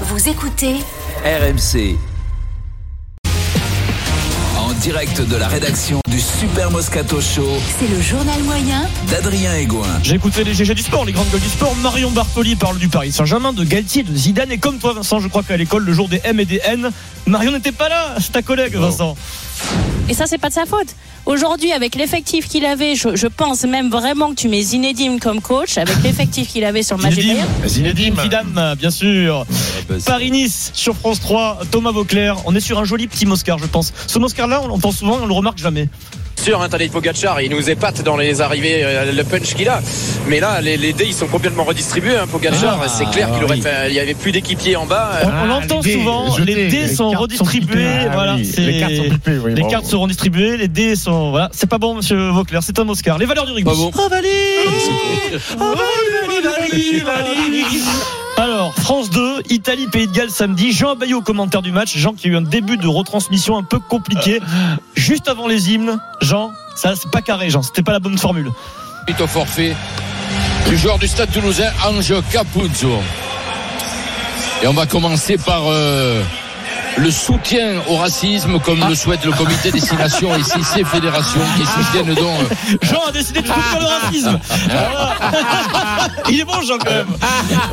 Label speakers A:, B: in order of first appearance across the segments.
A: Vous écoutez
B: RMC. En direct de la rédaction du Super Moscato Show
A: C'est le journal moyen
B: d'Adrien Egoin.
C: J'ai écouté les GG du sport, les grandes gueules du sport. Marion Bartoli parle du Paris Saint-Germain, de Galtier, de Zidane. Et comme toi, Vincent, je crois qu'à l'école, le jour des M et des N, Marion n'était pas là. C'est ta collègue, Vincent.
D: Et ça, c'est pas de sa faute. Aujourd'hui, avec l'effectif qu'il avait, je, je pense même vraiment que tu mets Zinedine comme coach, avec l'effectif qu'il avait sur le match des
C: Zinedine.
D: Bayern.
C: Zinedine. Zidane, bien sûr. Paris-Nice sur France 3, Thomas Vauclair. On est sur un joli petit Moscar, je pense. Ce Moscar-là, on l'entend souvent et on le remarque jamais.
E: sûr, hein, Tadej Pogacar, il nous épate dans les arrivées, euh, le punch qu'il a. Mais là, les, les dés, ils sont complètement redistribués. Hein. Pogacar,
F: Ah,
E: c'est clair qu'il aurait fait, il y avait plus d'équipiers en bas.
C: On,
E: Euh,
C: on l'entend
F: les dés
C: souvent.
F: jetés,
C: les dés
F: les
C: sont
F: cartes sont
C: redistribuées.
F: pipées. Ah
C: voilà,
F: oui,
C: c'est-
F: les cartes sont pipées, oui,
C: les
F: bravo.
C: cartes seront distribuées. Les dés sont. Voilà, c'est pas bon, monsieur Vauclair. C'est un Oscar. Les valeurs du rugby.
B: bon.
C: Oh, Valérie Oh, Valérie, Valérie, Valérie Alors, France 2, Italie, Pays de Galles samedi. Jean Bayot au commentaire du match. Jean qui a eu un début de retransmission un peu compliqué. Juste avant les hymnes, Jean, ça c'est pas carré, Jean. C'était pas la bonne formule.
G: suite au forfait du joueur du Stade Toulousain, Ange Capuzzo. Et on va commencer par euh, le soutien au racisme, comme le souhaite le comité des six nations et six ces fédérations qui soutiennent donc. euh,
C: Jean a décidé de soutenir le racisme. Voilà. Il est bon, Jean, quand même.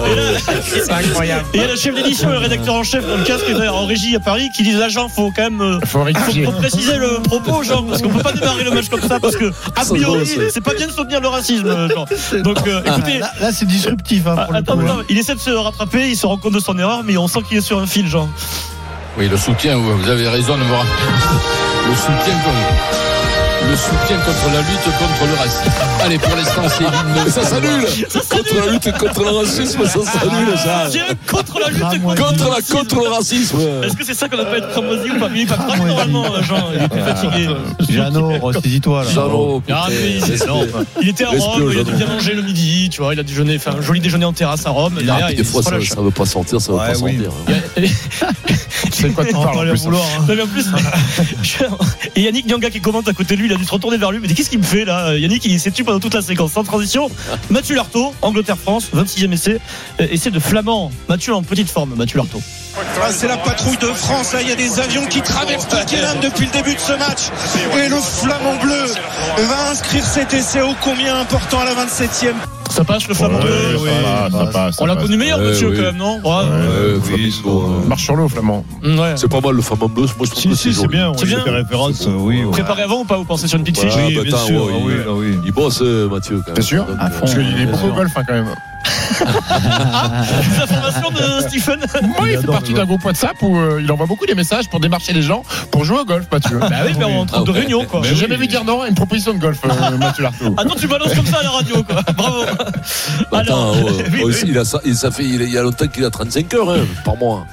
C: Et là- Et il y a le chef d'édition et le rédacteur en chef dans le casque d'ailleurs, en régie à Paris qui disent à Jean, faut quand même. euh,
F: Faut rectifier.
C: faut préciser le propos, Jean, parce qu'on peut pas démarrer le match comme ça, parce que, a priori, c'est pas bien de soutenir le racisme, euh, Jean. Donc, euh, écoutez. euh,
H: Là, là, c'est disruptif. hein, pour le
C: Attends,
H: coup, hein.
C: attends, il essaie de se rattraper, il se rend compte de son erreur, mais on sent qu'il est sur un fil, Jean.
G: Oui, le soutien, vous avez raison, de me rappeler. le soutien contre. Le soutien contre la lutte contre le racisme. Allez, pour l'instant, c'est l'hymne.
I: Ça s'annule
C: Ça s'annule.
I: Contre la lutte contre le racisme, ça s'annule ça
C: J'ai- Contre la lutte
H: Ah, moi,
C: contre,
I: Contre
C: le
I: la
C: racisme.
I: contre le racisme
C: Est-ce que c'est ça qu'on appelle cramoisi ou pas Mais il est pas cramoisi, normalement, euh, Jean, il est plus
H: Ah,
C: fatigué.
H: Jeannot, saisis-toi. là.
I: Salaud, putain,
C: Ah, mais il-
I: respect.
C: Il était à
I: Respect
C: Rome,
I: aux
C: il a dû
I: gens.
C: bien manger le midi, tu vois, il a déjeuné, fait un joli déjeuner en terrasse à Rome.
I: Il
C: derrière,
I: a- Des
C: il se
I: fois, ça
C: relâche.
I: ça veut pas sortir, ça veut
H: Ouais,
I: pas
H: oui.
I: sortir.
C: C'est
F: quoi tu
H: On va
F: parles,
H: pas
F: en
H: leur
F: plus, hein.
H: vouloir. hein.
C: Non, mais en plus, je- et Yannick Nyanga qui commente à côté de lui, il a dû se retourner vers lui. Mais qu'est-ce qu'il me fait là Yannick, il s'est tué pendant toute la séquence. Sans transition, Mathieu Lartaud, Angleterre-France, 26e essai. euh, Essai de Flamand. Mathieu en petite forme, Mathieu Lartaud.
J: Ah, c'est la patrouille de France. Là, il y a des avions qui traversent Tottenham depuis le début de ce match. Et le flamand bleu va inscrire cet essai ô combien important à la 27e.
C: Ça passe le Flamand
H: Euh,
C: bleu
F: Ouais, ça va, ça passe, ça
C: On l'a
F: passe.
C: connu meilleur,
I: Ouais,
C: Mathieu,
I: oui.
C: quand même, non Ouais.
I: Ouais, Fabisco, euh,
F: Marche sur l'eau, Flamand.
C: Ouais.
I: C'est pas mal le femme en bleu, moi je trouve que c'est joli.
C: on C'est lui bien. fait
H: référence,
F: euh,
H: oui.
C: Préparé avant ou pas Vous pensez sur une petite fiche
I: Voilà, bah, attends, ouais, il-
H: oui.
I: Il bosse euh, Mathieu quand même.
F: T'es sûr
I: Donc, euh,
F: ah, Parce qu'il est beaucoup au golf, hein, quand même.
C: La formation de Stephen
F: Moi, il fait
H: adore
F: partie
H: le
F: d'un groupe WhatsApp où euh, il envoie beaucoup des messages pour démarcher les gens pour jouer au golf, Mathieu.
C: Bah oui, mais en train de
I: Ah ouais.
C: réunion, quoi.
F: J'ai jamais vu dire non à une proposition de golf, euh, Mathieu Lartaud.
C: Ah non, tu balances comme ça à la radio, quoi. Bravo.
I: Attends, ouais,
C: oui,
I: ouais,
C: oui.
I: euh, aussi, il a ça- il ça fait- il y a longtemps qu'il a 35 heures hein, par mois.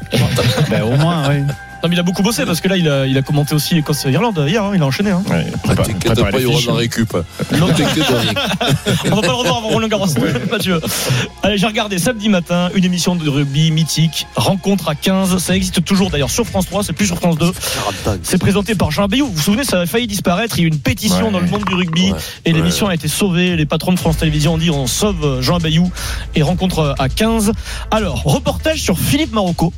H: Ben, au moins, oui.
C: Non, mais il a beaucoup bossé parce que là, il a, il a commenté aussi Écosse-Irlande hier, hein, il a enchaîné. Hein.
F: Ouais,
I: Ah,
F: prépare-
I: T'inquiète
F: prépare
I: pas, il y
F: les
I: aura
F: fiches.
I: de la récup. T'inquiète rien.
C: On va pas le revoir avant Roland Garros, Mathieu. Allez, j'ai regardé samedi matin une émission de rugby mythique, rencontre à 15. Ça existe toujours d'ailleurs sur France 3, c'est plus sur France 2.
I: 40 ans.
C: C'est présenté par Jean Bayou. Vous vous souvenez, ça a failli disparaître. Il y a eu une pétition
F: Ouais.
C: dans le monde du rugby
I: Ouais.
C: et l'émission a été sauvée. Les patrons de France Télévisions ont dit on sauve Jean Bayou et rencontre à 15. Alors, reportage sur Philippe Marocco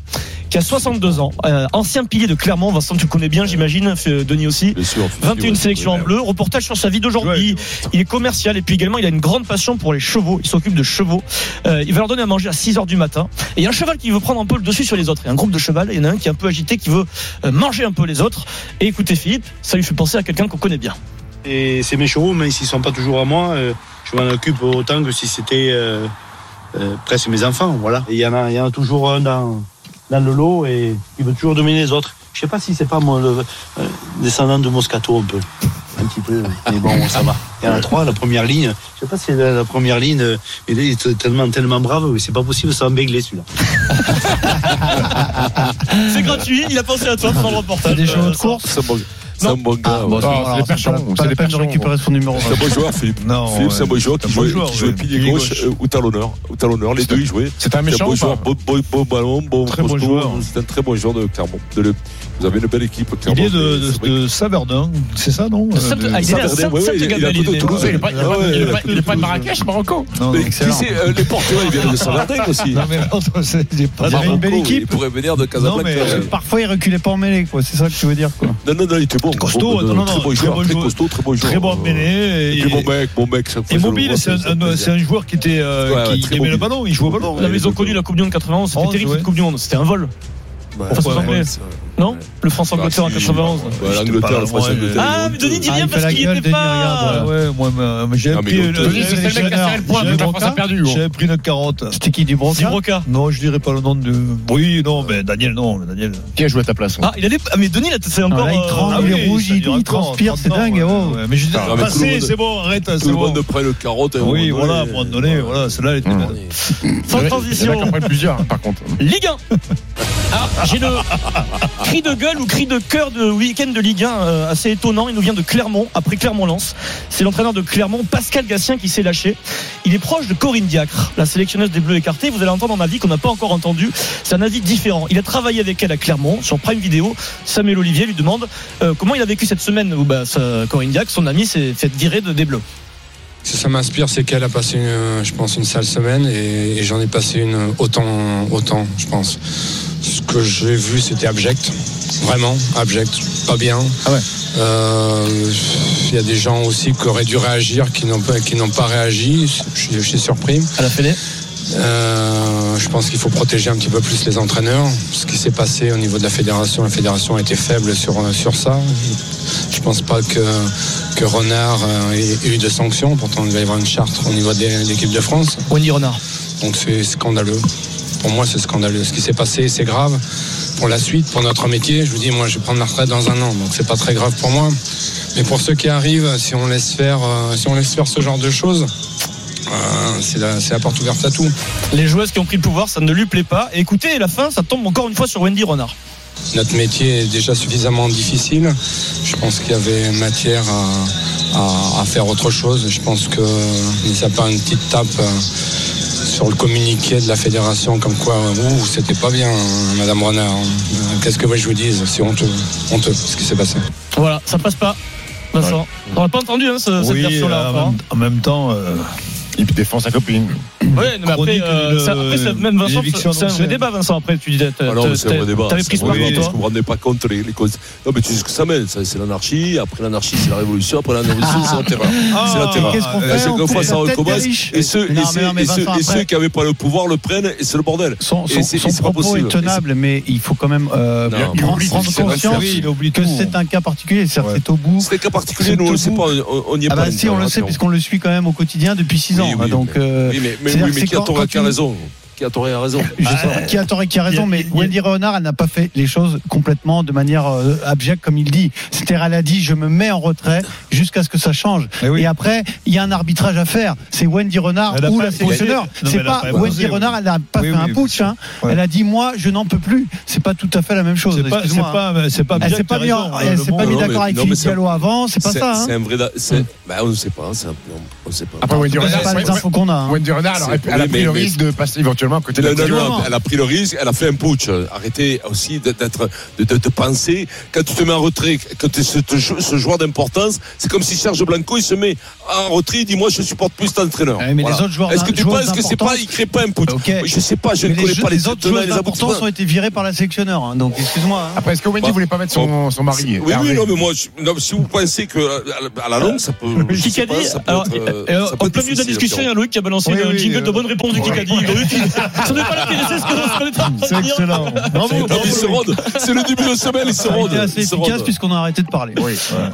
C: qui a 62 ans, euh, ancien pilier de Clermont. Vincent, tu le connais bien, j'imagine, euh, Denis aussi.
I: Bien sûr, Fabio,
C: 21 sélections en
I: ouais.
C: bleu, reportage sur sa vie d'aujourd'hui. Il est commercial et puis également il a une grande passion pour les chevaux. Il s'occupe de chevaux. Euh, il va leur donner à manger à 6 heures du matin. Et il y a un cheval qui veut prendre un peu le dessus sur les autres. Il y a un groupe de cheval. Il y en a un qui est un peu agité, qui veut euh, manger un peu les autres. Et écoutez Philippe, ça lui fait penser à quelqu'un qu'on connaît bien.
J: Et c'est mes chevaux, même s'ils sont pas toujours à moi, euh, je m'en occupe autant que si c'était euh, euh, presque mes enfants. Voilà. Et Il y, en a- il y en a toujours un dans, dans le lot et il veut toujours dominer les autres. Je sais pas si c'est pas mon le- euh, descendant de Moscato un peu. Un petit peu. Mais bon, ça va. Il y en a trois, la première ligne. Je sais pas si c'est la, la première ligne, euh, mais il est tellement, tellement brave, mais c'est pas possible, ça va me bégler celui-là.
C: C'est gratuit. Il a pensé à toi pendant le
H: T'as
C: reportage.
H: des chevaux de
C: course.
H: course
I: Ça me- C'est un bon gars. ouais.
H: bon,
F: Ah,
H: alors,
F: c'est des
H: pas
F: perchons,
H: la-
F: c'est des
H: pas la peine de
F: perchons.
H: récupérer son numéro.
I: C'est un bon joueur, Philippe.
H: Non,
I: Philippe, c'est un bon joueur
H: c'est
I: qui
H: un bon
I: jouait,
H: joueur,
I: qui jouait
H: ouais.
I: pilier
H: Pilier
I: gauche,
H: gauche.
I: euh, ou talonneur. Ou talonneur, les deux ils jouaient.
F: C'est un
I: C'est un
F: méchant
I: bon
F: ou
I: joueur,
F: pas
I: bon, bon, bon ballon, bon
H: Très bon
I: costaud.
H: joueur.
I: C'est un très bon joueur de Clermont. De le- Vous avez une belle équipe, Clermont.
H: Il est de,
I: C'est vrai
H: de, de Saverdun, c'est ça,
F: Euh,
H: non
C: Saint-
H: euh, De-
C: ah, il est à
I: Saint-
C: Saint-
I: ouais, ouais,
C: Saint-Gabelle,
I: il est à côté de
C: il est-
I: Toulouse.
F: Il est pas- il est pas-
I: Ah ouais,
F: il est pas- il est pas de Marrakech, Marocco.
H: Non, non,
I: Mais qui
H: excellent.
I: c'est euh, Les porteurs, ils viennent de Saint-Martin aussi.
H: Non, mais l'autre, c'est- il est pas- il y
I: Marocco,
H: avait une belle
I: Oh Il
H: équipe.
I: pourrait venir de
H: Non, mais
I: Casablanca.
H: euh, parfois il reculait pas en mêlée, quoi. C'est ça que tu veux dire, quoi.
I: Non, non, non, il était bon.
H: Costaud,
I: Bon,
H: non, non,
I: très
H: non,
I: bon joueur,
H: très bon
I: très
H: joueur.
I: costaud, très bon joueur.
H: Très bon en mêlée.
I: Et
H: et-
I: puis mon mec, mon mec, chaque fois.
H: Et
I: je le
H: mobile,
I: vois,
H: c'est
I: ça me
H: un,
I: fait
H: un-
I: plaisir.
H: c'est un joueur qui était euh,
I: Ouais, ouais,
H: qui
I: très
H: aimait
I: mobile.
H: le ballon, il jouait au ballon.
C: Non,
I: Non,
C: mais
I: il
C: ils ont
I: était
C: connu
I: bon.
C: la Coupe du Monde 91, c'était
H: Onze,
C: terrible
H: ouais.
C: cette Coupe du Monde, c'était un vol.
I: Bah, Ouais,
C: Enfin, c'est
I: ouais,
C: anglais.
I: ouais.
C: Non Le France-Angleterre en
I: Ah, si.
C: 91.
I: Ouais, L'Angleterre, la France,
H: Ouais,
I: l'Angleterre.
C: Ah,
I: ils
C: mais
I: ont-
C: Denis dit rien
H: fait
C: parce
H: la
C: qu'il
H: gueule,
C: était
H: Denis,
C: pas.
H: regarde, ouais, ouais, moi, euh, j'ai
I: Ah, mais
H: pris
I: l'autre,
H: une-
I: Denis,
H: j'ai-
F: c'est le mec
H: j'ai
F: qui a serré le point,
H: j'ai
F: toute la
H: un
F: France a
H: Broca,
F: perdu, gros.
H: J'avais pris une carotte. C'était qui du Broca
C: Zibroca.
H: Non, je dirais pas le nom de. Oui, non, mais Daniel, non, mais Daniel.
F: Qui a joué à ta place
C: Ah, il allait. Ah, mais Denis, là, c'est encore.
H: Ah, là, il
C: euh,
H: tremble,
C: ah oui,
H: il est rouge,
C: ça
H: il-
C: dure
H: il
C: encore
H: transpire,
C: 30
H: c'est
C: ans,
H: dingue,
C: ouais.
H: oh. Ouais, Mais je dis,
I: Ah, mais tout le
H: passez,
I: monde-
H: c'est bon, arrête,
I: Tout
H: c'est
I: le
H: bon.
I: monde prend le carotte. à un
H: Oui,
I: moment donné.
H: voilà, à un moment donné, voilà, celle-là, elle était belle.
C: Sans
F: euh, Mmh. Il y en a qui en
C: transition,
F: prennent plusieurs, hein, par contre.
C: Ligue 1. Ah, j'ai le cri de gueule ou cri de cœur de week-end de Ligue 1 euh, assez étonnant. Il nous vient de Clermont, après Clermont-Lens. C'est l'entraîneur de Clermont, Pascal Gassien, qui s'est lâché. Il est proche de Corinne Diacre, la sélectionneuse des Bleus écartés. Vous allez entendre un avis qu'on n'a pas encore entendu. C'est un avis différent. Il a travaillé avec elle à Clermont sur Prime Video. Samuel Olivier lui demande euh, comment il a vécu cette semaine où bah, sa- Corinne Diacre, son ami, s'est fait virer de, des Bleus.
E: Ce que ça m'inspire, c'est qu'elle a passé, une, euh, je pense, une sale semaine et, et j'en ai passé une autant, autant, je pense. Ce que j'ai vu, c'était abject, vraiment abject, pas bien.
F: Ah ouais.
E: Euh, Il y a des gens aussi qui auraient dû réagir, qui n'ont pas, qui n'ont pas réagi. Je suis- je suis surpris.
C: À la Fédé
E: Euh, je pense qu'il faut protéger un petit peu plus les entraîneurs. Ce qui s'est passé au niveau de la fédération, la fédération a été faible sur, euh, sur ça. Je pense pas que, que Renard euh, ait ait eu de sanctions. Pourtant, il va y avoir une charte au niveau des- de l'équipe de France.
C: Wendy Renard.
E: Donc c'est scandaleux. Pour moi, c'est scandaleux. Ce qui s'est passé, c'est grave. Pour la suite, pour notre métier, je vous dis, moi, je vais prendre ma retraite dans un an. Donc c'est pas très grave pour moi. Mais pour ceux qui arrivent, si on laisse faire, euh, si on laisse faire ce genre de choses, euh, c'est la- c'est la porte ouverte à tout.
C: Les joueuses qui ont pris le pouvoir, ça ne lui plaît pas. Et écoutez, la fin, ça tombe encore une fois sur Wendy Renard.
E: Notre métier est déjà suffisamment difficile. Je pense qu'il y avait matière à, à- à faire autre chose. Je pense que, mis à part une petite tape euh, sur le communiqué de la fédération, comme quoi, euh, ouh, c'était pas bien, hein, Madame Renard. Euh, Qu'est-ce que vous voulez que je vous dise C'est honteux, honteux ce qui s'est passé.
C: Voilà, ça passe pas. Vincent, on n'a pas entendu hein, ce- cette
H: Oui,
C: version-là.
H: en
C: encore, hein.
H: même- en même temps. euh,
F: Et puis défend sa copine.
C: Ouais, non, mais après,
H: Chronique
C: euh,
H: de-
C: ça- après, c'est- même Vincent,
H: l'éviction
C: c'est un vrai
H: annoncée.
C: débat, Vincent. Après, tu disais, t'as-
I: Ah non, mais c'est un vrai
C: t'as-
I: débat.
C: t'avais pris
I: C'est
C: ce
I: un vrai
C: parti,
I: débat,
C: toi.
I: parce que vous ne rendez pas compte les, les causes. Non, mais tu sais ce que ça mène. ça, C'est l'anarchie. Après l'anarchie, c'est la révolution. Après la révolution, c'est la terreur. C'est la terreur.
H: Ah. qu'est-ce qu'on
I: Euh,
H: fait
I: c'est
H: On
I: qu'une fois,
H: coupe
I: ça
H: la tête des
I: recommence.
H: riches.
I: Et ceux,
H: Non,
I: et
H: mais
I: ceux-
H: non, mais
I: et ceux-
H: Vincent,
I: et ceux
H: après-
I: qui n'avaient pas le pouvoir le prennent et c'est le bordel.
H: Son,
I: Et
H: son-
I: c'est-
H: son
I: et c'est pas
H: propos
I: possible.
H: est tenable, mais il faut quand même euh,
I: euh, Non,
H: prendre-
I: il oublie
H: prendre
I: tout, c'est vrai,
H: conscience
I: c'est vrai.
H: il oublie que
I: tout.
H: c'est un cas particulier. C'est
F: Ouais.
H: c'est au bout.
I: C'est un cas particulier.
H: C'est
I: Nous, on
H: tout
I: ne sait
H: bout.
I: pas. on- On n'y est
H: Ah
I: pas.
H: bah si, on le sait, puisqu'on le suit quand même au quotidien depuis 6
I: Oui,
H: ans.
I: oui,
H: donc, euh,
I: Oui, mais, mais,
H: c'est-à-dire
I: oui,
H: que
I: mais
H: c'est
I: qui a
H: quand-
I: tort
H: quand
I: et qui a
H: tu-
I: raison Qui a tort et a raison
H: Je sais pas Ah, qui a tort et qui a raison, mais Wendy Renard, elle n'a pas fait les choses complètement de manière euh, abjecte, comme il dit. C'est-à-dire, elle a dit, je me mets en retrait jusqu'à ce que ça change. Eh oui. Et après, il y a un arbitrage à faire. C'est Wendy Renard Elle a ou pas la imposé. sélectionneur. Non, mais C'est elle a pas, pas
F: imposé,
H: Wendy
F: oui.
H: Renard, elle n'a pas
F: Oui,
H: fait
F: oui,
H: un
F: oui,
H: putsch. hein.
F: Ouais.
H: Elle a dit, moi, je n'en peux plus. C'est pas tout à fait la même chose.
F: C'est pas-
H: excuse-moi, hein.
F: c'est
I: Ah,
F: pas
H: Elle s'est pas mis,
C: hein,
H: en- elle s'est pas mis
I: Non, mais-
H: d'accord avec
I: non, mais
H: Philippe
I: euh, c'est-
H: Gallo avant. C'est pas
I: C'est-
H: ça. hein.
I: C'est un vrai. da- c'est- Bah, on ne sait pas. c'est un- On ne sait pas.
F: Après, Wendy
H: On n'a
F: Renard,
H: pas les infos qu'on a. hein.
F: Wendy Renard, elle aurait pu-
I: C'est-
F: elle a
I: oui,
F: pris le
I: mais-
F: risque de passer éventuellement à côté de
I: Non,
F: la
I: non,
F: culture.
I: non, elle a pris le risque, elle a fait un putsch. Arrêtez aussi d'être- d'être, de, de, de penser. Quand tu te mets en retrait, quand tu es ce, te- ce joueur d'importance, c'est comme si Serge Blanco, il se met en retrait, il dit Moi, je supporte plus cet entraîneur.
H: Ouais, mais les autres joueurs
I: Est-ce que tu
H: joueurs
I: penses que c'est
H: d'importance-
I: pas, il crée pas un putsch
H: Ok.
I: Je sais pas, je
H: Mais
I: ne connais
H: jeux-
I: pas les,
H: autres
I: tenants
H: joueurs
I: et les aboutissants.
H: d'importance ont été virés par la sélectionneur. hein. donc, excuse-moi. hein.
F: Après, est-ce que Wendy
I: Bon.
F: voulait pas mettre son, son mari
I: Oui,
E: Ah
I: oui,
F: Hervé
I: non, mais moi, je- non, si vous pensez que à la- à la longue, ça peut. je sais
C: Kikadi,
I: pas, ça peut
C: alors,
I: être, euh,
C: euh,
I: ça peut
C: en
I: être
C: plein milieu de la
I: difficile,
C: discussion, il y a Loïc qui a balancé
H: Oui,
C: un
H: oui,
C: jingle de
H: euh,
C: bonne réponse du Kikadi. Il aurait dit, Ça ne pas l'intéresser ce que ça ne pas.
H: C'est excellent. Bravo.
I: Pierrot. Non, mais ils se rendent. C'est le début de semaine, ils se
H: Ça a
I: rendent.
H: été assez
I: Ils se
H: efficace
I: rendent.
H: puisqu'on a arrêté de parler.
F: Oui, ouais.